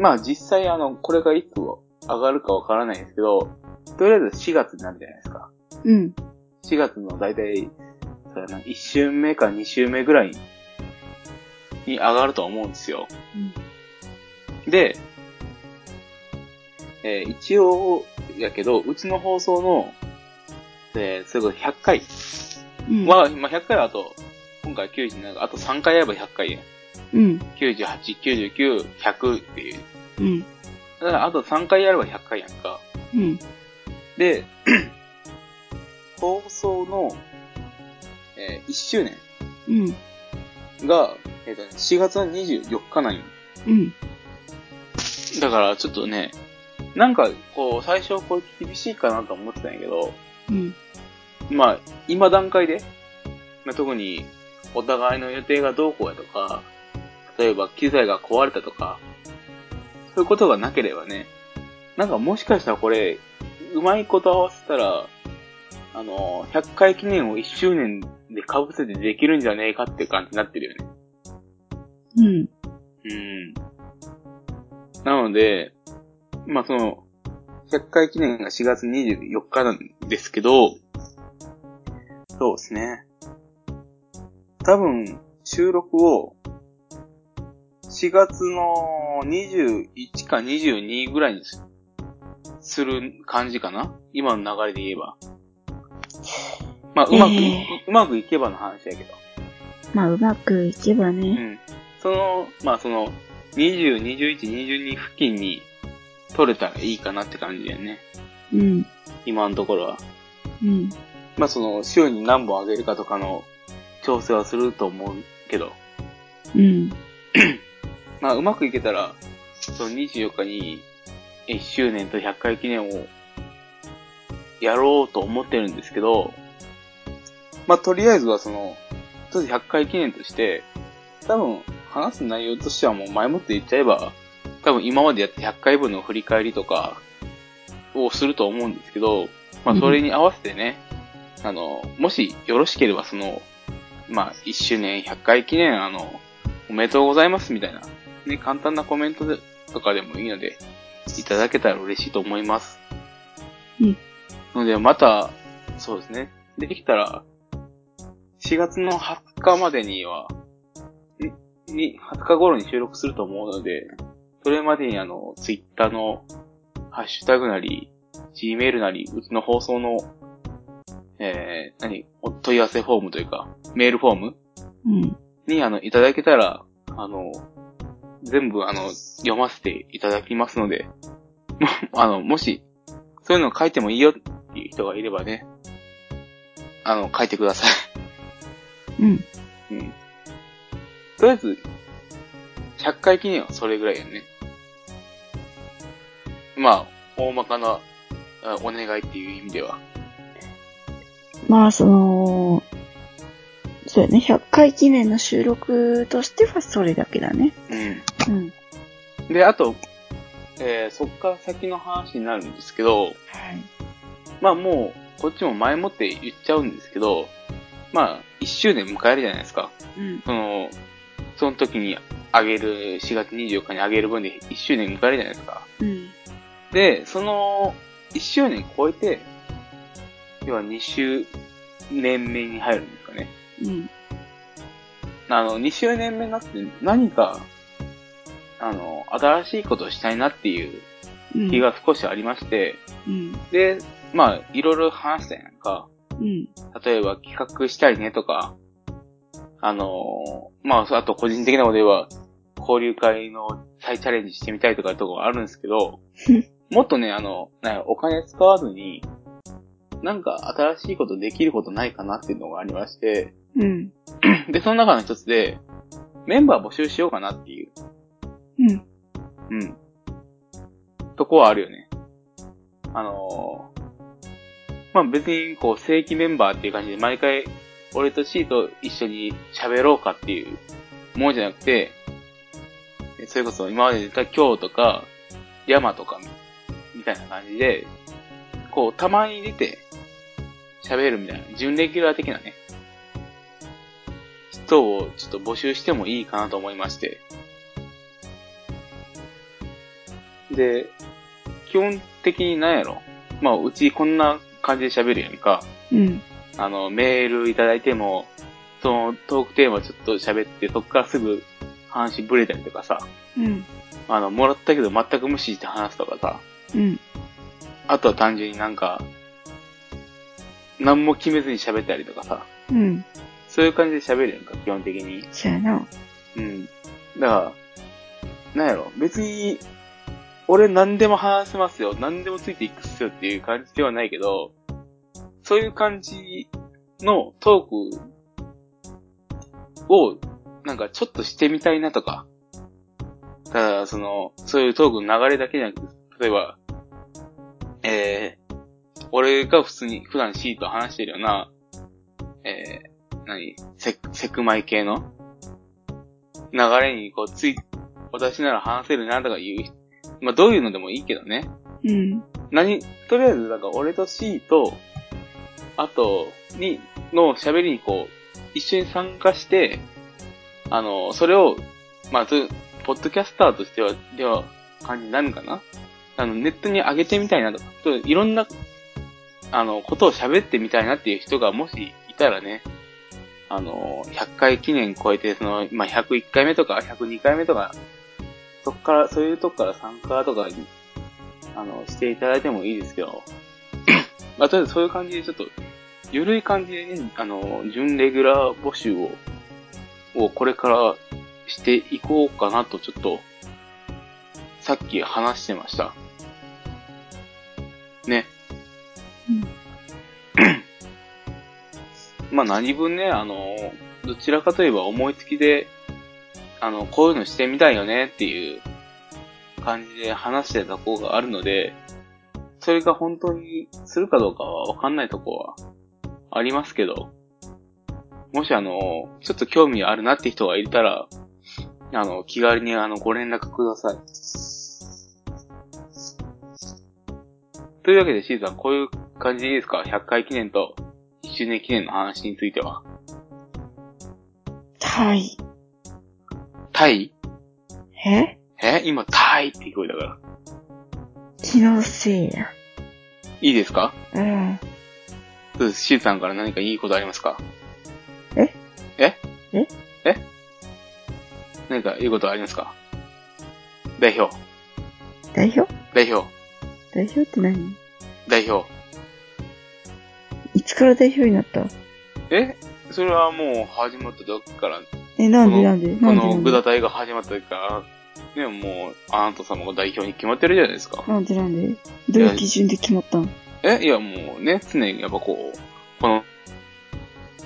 [SPEAKER 2] まあ実際あの、これがいつ上がるかわからないんですけど、とりあえず4月になるじゃないですか。
[SPEAKER 1] うん。
[SPEAKER 2] 4月の大体、そうやな、1週目か2週目ぐらいに上がるとは思うんですよ。で、えー一応やけど、うちの放送の、えー、それこそ100回
[SPEAKER 1] うん。
[SPEAKER 2] は、まあ、100回はあと、今回97、あと3回やれば100回や。
[SPEAKER 1] うん。
[SPEAKER 2] 98、99、100っていう。
[SPEAKER 1] うん。
[SPEAKER 2] だからあと3回やれば100回やんか。
[SPEAKER 1] うん。
[SPEAKER 2] で、 <clears throat> 放送の、え1周年
[SPEAKER 1] うん。
[SPEAKER 2] が、えっとね、4月の24日なんよ。
[SPEAKER 1] うん。
[SPEAKER 2] だからちょっとね、なんかこう、最初これ厳しいかなと思ってたんやけど、
[SPEAKER 1] うん。
[SPEAKER 2] まあ、今段階で、まあ、特にお互いの予定がどうこうやとか、例えば機材が壊れたとか、そういうことがなければね、なんかもしかしたらこれ、うまいこと合わせたら、あの、100回記念を1周年で被せてできるんじゃねえかって感じになってるよね。
[SPEAKER 1] うん。
[SPEAKER 2] うん。なので、まあその、100回記念が4月24日なんですけど、そうですね。多分、収録を、4月の21か22ぐらいにすする感じかな今の流れで言えば。まあ、うまく、
[SPEAKER 1] え
[SPEAKER 2] うまくいけばの話やけど。
[SPEAKER 1] まあ、うまくいけば
[SPEAKER 2] う
[SPEAKER 1] ね。
[SPEAKER 2] ん。その、まあその、20、21、22付近に取れたらいいかなって感じだよね。
[SPEAKER 1] うん。
[SPEAKER 2] 今のところは。
[SPEAKER 1] うん。
[SPEAKER 2] まあその、週に何本あげるかとかの調整はすると思うけど。
[SPEAKER 1] うん。
[SPEAKER 2] まあうまくいけたら、その24日に1周年と100回記念をやろうと思ってるんですけど、まあとりあえずはその、とりあえず100回記念として、多分話す内容としてはもう前もって言っちゃえば、多分今までやって100回分の振り返りとかをすると思うんですけど、まあそれに合わせてね、あの、もしよろしければその、まあ1周年100回記念あの、おめでとうございますみたいな、ね、簡単なコメントでとかでもいいので、いただけたら嬉しいと思います。
[SPEAKER 1] うん。
[SPEAKER 2] ので、また、そうですね。できたら、4月の20日までには、んに、20日頃に収録すると思うので、それまでにあの、ツイッターのハッシュタグなり、Gmail なり、うちの放送の、えー、何、お問い合わせフォームというか、メールフォーム
[SPEAKER 1] うん。
[SPEAKER 2] に、あの、いただけたら、あの、全部、あの、読ませていただきますので、 <laughs> もあの、もし、そういうの書いてもいいよっていう人がいればね、あの、書いてください。
[SPEAKER 1] うん。
[SPEAKER 2] <laughs> うん。とりあえず、100回記念はそれぐらいやね。まあ、大まかなあお願いっていう意味では。
[SPEAKER 1] まあ、その、そうやね、100回記念の収録としてはそれだけだね。
[SPEAKER 2] う
[SPEAKER 1] うん。
[SPEAKER 2] ん。で、あと、えー、そっから先の話になるんですけど、
[SPEAKER 1] はい。
[SPEAKER 2] まあもう、こっちも前もって言っちゃうんですけど、まあ、1周年迎えるじゃないですか。
[SPEAKER 1] うん。
[SPEAKER 2] その、その時にあげる、4月24日にあげる分で1周年迎えるじゃないですか。
[SPEAKER 1] うん。
[SPEAKER 2] で、その、1周年超えて、要は2周年目に入るんですかね。
[SPEAKER 1] うん。
[SPEAKER 2] あの、2周年目になって何か、あの、新しいことをしたいなっていう
[SPEAKER 1] うん。
[SPEAKER 2] 気が少しありまして、
[SPEAKER 1] うん。
[SPEAKER 2] で、まあ、いろいろ話したやんか、
[SPEAKER 1] うん。
[SPEAKER 2] 例えば企画したいねとか、あの、まあ、そうあと個人的なことでは、交流会の再チャレンジしてみたいとかいうとこがあるんですけど、もっとね、あの、なんやお金使わずに、なんか新しいことできることないかなっていうのがありまして、
[SPEAKER 1] うん。
[SPEAKER 2] で、その中の一つで、メンバー募集しようかなっていう、
[SPEAKER 1] うん。
[SPEAKER 2] うん。とこはあるよね。あのーまあ、別に、こう、正規メンバーっていう感じで、毎回、俺とシーと一緒に喋ろうかっていう、もんじゃなくて、えそれこそ今まで出た今日とか、山とか、みたいな感じで、こう、たまに出て、喋るみたいな、準レギュラー的なね、人をちょっと募集してもいいかなと思いまして。で、基本的になんやろ。まあ、うちこんな感じで喋るやんか。
[SPEAKER 1] うん。
[SPEAKER 2] あの、メールいただいても、そのトークテーマちょっと喋って、そっからすぐ話ぶれたりとかさ。
[SPEAKER 1] うん。
[SPEAKER 2] あの、もらったけど全く無視して話すとかさ。
[SPEAKER 1] うん。
[SPEAKER 2] あとは単純になんか、何も決めずに喋ったりとかさ。
[SPEAKER 1] うん。
[SPEAKER 2] そういう感じで喋るやんか、基本的に。
[SPEAKER 1] そうやな。
[SPEAKER 2] うん。だから、なんやろ、別に、俺何でも話せますよ、何でもついていくっすよっていう感じではないけど、そういう感じのトークを、なんかちょっとしてみたいなとか、ただ、その、そういうトークの流れだけじゃなくて、例えば、えー、俺が普通に、普段シーと話してるような、えー、何セセクマイ系の流れに、こう、つい、私なら話せるなとか言う、まあ、どういうのでもいいけどね。
[SPEAKER 1] うん。
[SPEAKER 2] 何、とりあえず、なんか、俺と C と、あと、に、の喋りに、こう、一緒に参加して、あの、それを、まあ、とポッドキャスターとしては、では、感じになるのかなあの、ネットに上げてみたいなとか、といろんな、あの、ことを喋ってみたいなっていう人が、もしいたらね、あの、100回記念超えて、その、まあ、101回目とか、102回目とか、そっから、そういうとこから参加とかにあの、していただいてもいいですけど、 <clears throat> まあ、とりあえずそういう感じでちょっと、ゆるい感じでね、あの、準レギュラー募集を、をこれからしていこうかなとちょっと、さっき話してました。ね。まあ何分ね、あの、どちらかといえば思いつきで、あの、こういうのしてみたいよねっていう感じで話してた子があるので、それが本当にするかどうかはわかんないとこはありますけど、もしあの、ちょっと興味あるなって人がいたら、あの、気軽にあの、ご連絡ください。というわけで、シーさん、こういう感じでいいですか ?100 回記念と1周年記念の話については。
[SPEAKER 1] はい。
[SPEAKER 2] タイ
[SPEAKER 1] え
[SPEAKER 2] え今、タイって聞こえたから。
[SPEAKER 1] 気のせいや。
[SPEAKER 2] いいですか
[SPEAKER 1] うん。
[SPEAKER 2] そうですシーさんから何かいいことありますか
[SPEAKER 1] え
[SPEAKER 2] え
[SPEAKER 1] え
[SPEAKER 2] え何かいいことありますか代表。
[SPEAKER 1] 代表
[SPEAKER 2] 代表。
[SPEAKER 1] 代表って何
[SPEAKER 2] 代表。
[SPEAKER 1] いつから代表になった
[SPEAKER 2] えそれはもう始まった時から、
[SPEAKER 1] え、なんでなんでな
[SPEAKER 2] こ
[SPEAKER 1] んで
[SPEAKER 2] の
[SPEAKER 1] なん
[SPEAKER 2] グ
[SPEAKER 1] で
[SPEAKER 2] ダ隊が始まった時から、ね、もう、あなた様が代表に決まってるじゃないですか。
[SPEAKER 1] なんでなんでどういう基準で決まったの
[SPEAKER 2] えいや、もうね、常にやっぱこう、この、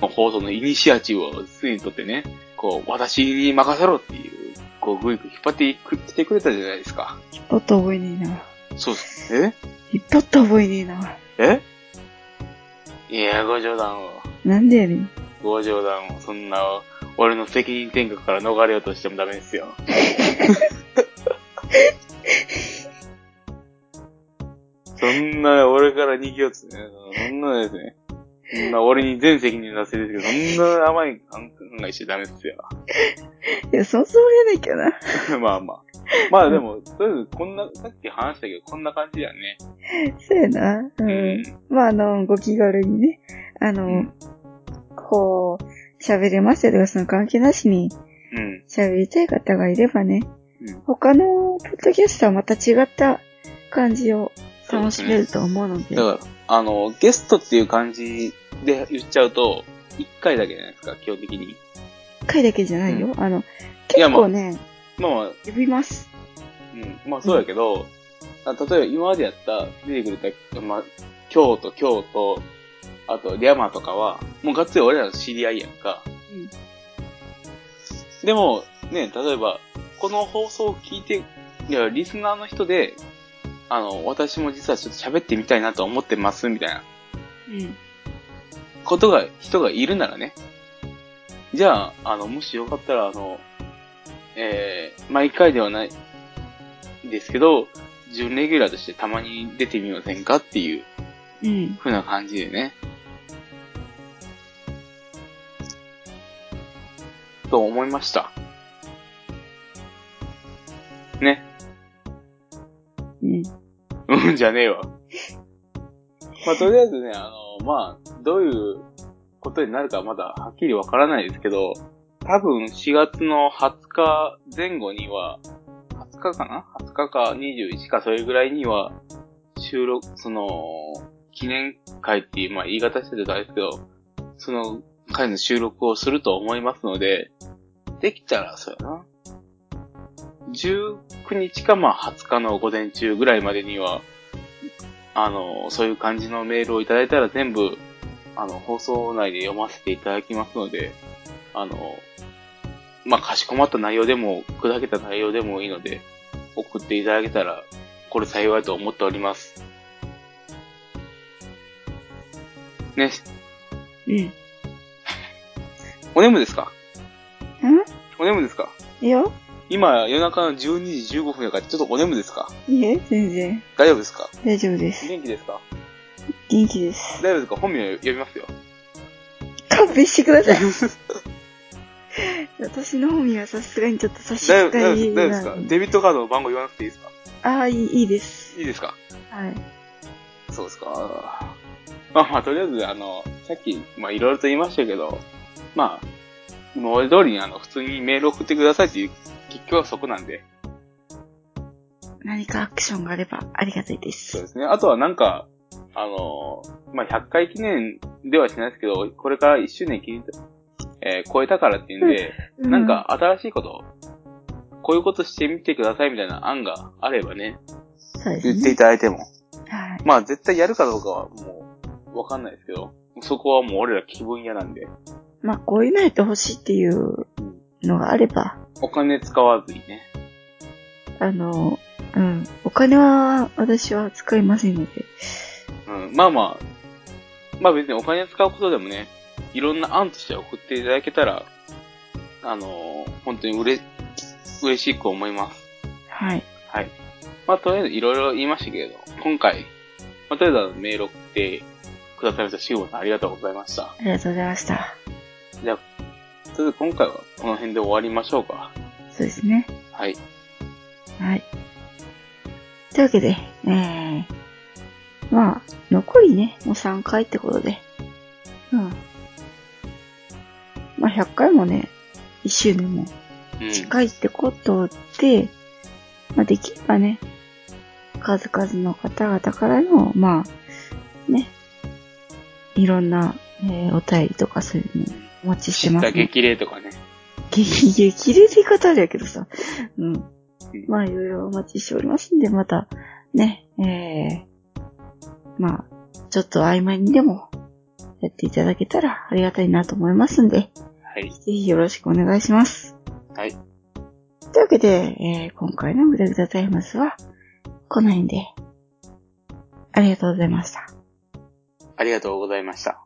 [SPEAKER 2] この放送のイニシアチブを常にとってね、こう、私に任せろっていう、こう、ぐいぐい引っ張ってく来てくれたじゃないですか。
[SPEAKER 1] 引っ張った覚えねえな。
[SPEAKER 2] そうです。え
[SPEAKER 1] 引っ張った覚えねえな。
[SPEAKER 2] えいや、ご冗談を。
[SPEAKER 1] なんでやねん。
[SPEAKER 2] ご冗談を。そんな、俺の責任転嫁から逃れようとしてもダメですよ。 <laughs> そんな、俺から逃げようっつってね。そんなですね。そんな、俺に全責任出せるんですけど、そんな甘い考えしちゃダメですよ。 <laughs>
[SPEAKER 1] いや、そのつもりやないけ
[SPEAKER 2] まあまあ。まあでも、とりあえず、こんな、さっき話したけど、こんな感じだよね。
[SPEAKER 1] どな。そうやな。う。。
[SPEAKER 2] うん
[SPEAKER 1] まあ、あの、ご気軽にね、あの、
[SPEAKER 2] うん
[SPEAKER 1] こう、喋れますよとか、その関係なしに
[SPEAKER 2] うん。
[SPEAKER 1] 喋りたい方がいればね、
[SPEAKER 2] うん
[SPEAKER 1] 他のポッドキャストはまた違った感じを
[SPEAKER 2] そう
[SPEAKER 1] 楽
[SPEAKER 2] です
[SPEAKER 1] し
[SPEAKER 2] ね
[SPEAKER 1] めると思うので。
[SPEAKER 2] だから、あの、ゲストっていう感じで言っちゃうと、一回だけじゃないですか、基本的に。
[SPEAKER 1] 一回だけじゃないよ。あの、
[SPEAKER 2] いや
[SPEAKER 1] 結
[SPEAKER 2] まあ
[SPEAKER 1] 構ね、
[SPEAKER 2] まあまあ、
[SPEAKER 1] 呼びます。
[SPEAKER 2] うん、まあそうやけど、あ例えば今までやった、出てくれた、まあ、京都、京都、あと、リャマとかは、もうがっつり俺らの知り合いやんか。
[SPEAKER 1] うん
[SPEAKER 2] でも、ね、例えば、この放送を聞いて、いや、リスナーの人で、あの、私も実はちょっと喋ってみたいなと思ってます、みたいな。
[SPEAKER 1] うん。
[SPEAKER 2] ことが、人がいるならね。じゃあ、あの、もしよかったら、あの、えー、毎回ではない、ですけど、準レギュラーとしてたまに出てみませんかっていう
[SPEAKER 1] うん。
[SPEAKER 2] 風な感じでね。と思いました。ね。
[SPEAKER 1] うん。
[SPEAKER 2] うん、じゃねえわ。まあ、とりあえずね、あの、まあ、どういうことになるかまだはっきりわからないですけど、多分4月の20日前後には、20日かな ?20 日か21かそれぐらいには、収録、その、記念会っていう、まあ言い方してるとあれですけど、その会の収録をすると思いますので、できたら、そうやな。19日かまあ20日の午前中ぐらいまでには、あの、そういう感じのメールをいただいたら全部、あの、放送内で読ませていただきますので、あの、まあ、かしこまった内容でも、砕けた内容でもいいので、送っていただけたら、これ幸いと思っております。ね、
[SPEAKER 1] うん。
[SPEAKER 2] お眠ですか
[SPEAKER 1] ん
[SPEAKER 2] お眠ですか
[SPEAKER 1] いいよ
[SPEAKER 2] 今、夜中の12時15分やから、ちょっとお眠ですか
[SPEAKER 1] いいえ全然。
[SPEAKER 2] 大丈夫ですか
[SPEAKER 1] 大丈夫です。
[SPEAKER 2] 元気ですか
[SPEAKER 1] 元気です。
[SPEAKER 2] 大丈夫ですか本名呼びますよ。
[SPEAKER 1] 勘弁してく
[SPEAKER 2] <laughs>
[SPEAKER 1] ださい。私の方にはさすがにちょっと差し支
[SPEAKER 2] 大丈夫大
[SPEAKER 1] え
[SPEAKER 2] 丈夫
[SPEAKER 1] が
[SPEAKER 2] 大丈夫ですかデビットカードの番号言わなくていいですか
[SPEAKER 1] ああ、いい、いいです。
[SPEAKER 2] いいですか
[SPEAKER 1] はい。
[SPEAKER 2] そうですか。まあまあ、とりあえず、あの、さっき、まあいろいろと言いましたけど、まあ、今まで通りにあの、普通にメール送ってくださいっていう、結局はそこなんで。
[SPEAKER 1] 何かアクションがあればありがたいで
[SPEAKER 2] そう
[SPEAKER 1] す。
[SPEAKER 2] ですね。あとはなんか、あの、まあ100回記念ではしないですけど、これから1周年記念、えー超えたからっていうんで、なんか新しいこと、こういうことしてみてくださいみたいな案があればね、
[SPEAKER 1] うん、そうです
[SPEAKER 2] 言ってい
[SPEAKER 1] ね。
[SPEAKER 2] ただいても。
[SPEAKER 1] はい。
[SPEAKER 2] まあ絶対やるかどうかはもう、わかんないですけど、そこはもう俺ら気分屋なんで、
[SPEAKER 1] まあ、こういうのやってほしいっていうのがあれば、
[SPEAKER 2] お金使わずにね。
[SPEAKER 1] あの、うん。お金は私は使いませんので。
[SPEAKER 2] うん、まあまあ、まあ別にお金使うことでもね、いろんな案として送っていただけたら、あのー本当にうれ、嬉しく思います。
[SPEAKER 1] はい。
[SPEAKER 2] はい。まあとりあえずいろいろ言いましたけれど、今回、まあとりあえずメール送ってくださいました、シ吾さんありがとうございました。
[SPEAKER 1] ありがとうございました。
[SPEAKER 2] じゃあ、とりあえず今回はこの辺で終わりましょうか。
[SPEAKER 1] そうですね。
[SPEAKER 2] はい。
[SPEAKER 1] はい。というわけで、えー、まあ、残りね、もう3回ってことで。うん。まあ、100回もね、1周年も
[SPEAKER 2] うん。
[SPEAKER 1] 近いってことで、まあ、できればね、数々の方々からの、まあ、ね、いろんな、えーお便りとかそういうのお待ちし
[SPEAKER 2] 知
[SPEAKER 1] て
[SPEAKER 2] っ
[SPEAKER 1] ます、
[SPEAKER 2] た
[SPEAKER 1] ね。
[SPEAKER 2] 激励とかね。
[SPEAKER 1] 激、激励って言い方あるやけどさ。うん。
[SPEAKER 2] うん
[SPEAKER 1] まあ、いろいろお待ちしておりますんで、また、ね、えー、まあ、ちょっと曖昧にでも、やっていただけたらありがたいなと思いますんで、
[SPEAKER 2] はい。
[SPEAKER 1] ぜひよろしくお願いします。
[SPEAKER 2] はい。
[SPEAKER 1] というわけで、えー今回のグダグダタイムズは、この辺で、ありがとうございました。
[SPEAKER 2] ありがとうございました。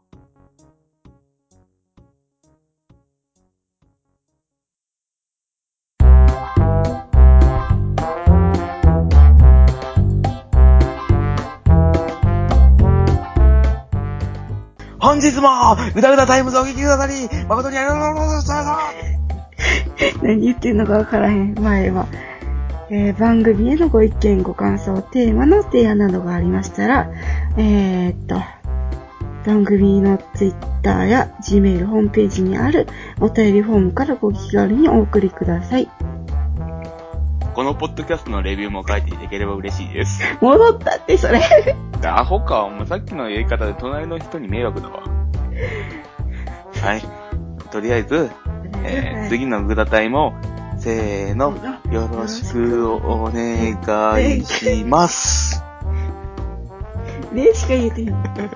[SPEAKER 2] 本日も、ぐだぐだタイムズをお聞きくださり、誠にありがとうございました。
[SPEAKER 1] 何言ってんのかわからへん前は、えー番組へのご意見ご感想テーマの提案などがありましたらえーっと番組の Twitter や Gmail ホームページにあるお便りフォームからご気軽にお送りください
[SPEAKER 2] このポッドキャストのレビューも書いていただければ嬉しいです。
[SPEAKER 1] 戻ったってそれ
[SPEAKER 2] アホか、お前さっきのやり方で隣の人に迷惑だわ。はい。とりあえず、えー次のグダタイも、せーの、よろしくお願いします。
[SPEAKER 1] ねしか言えてへん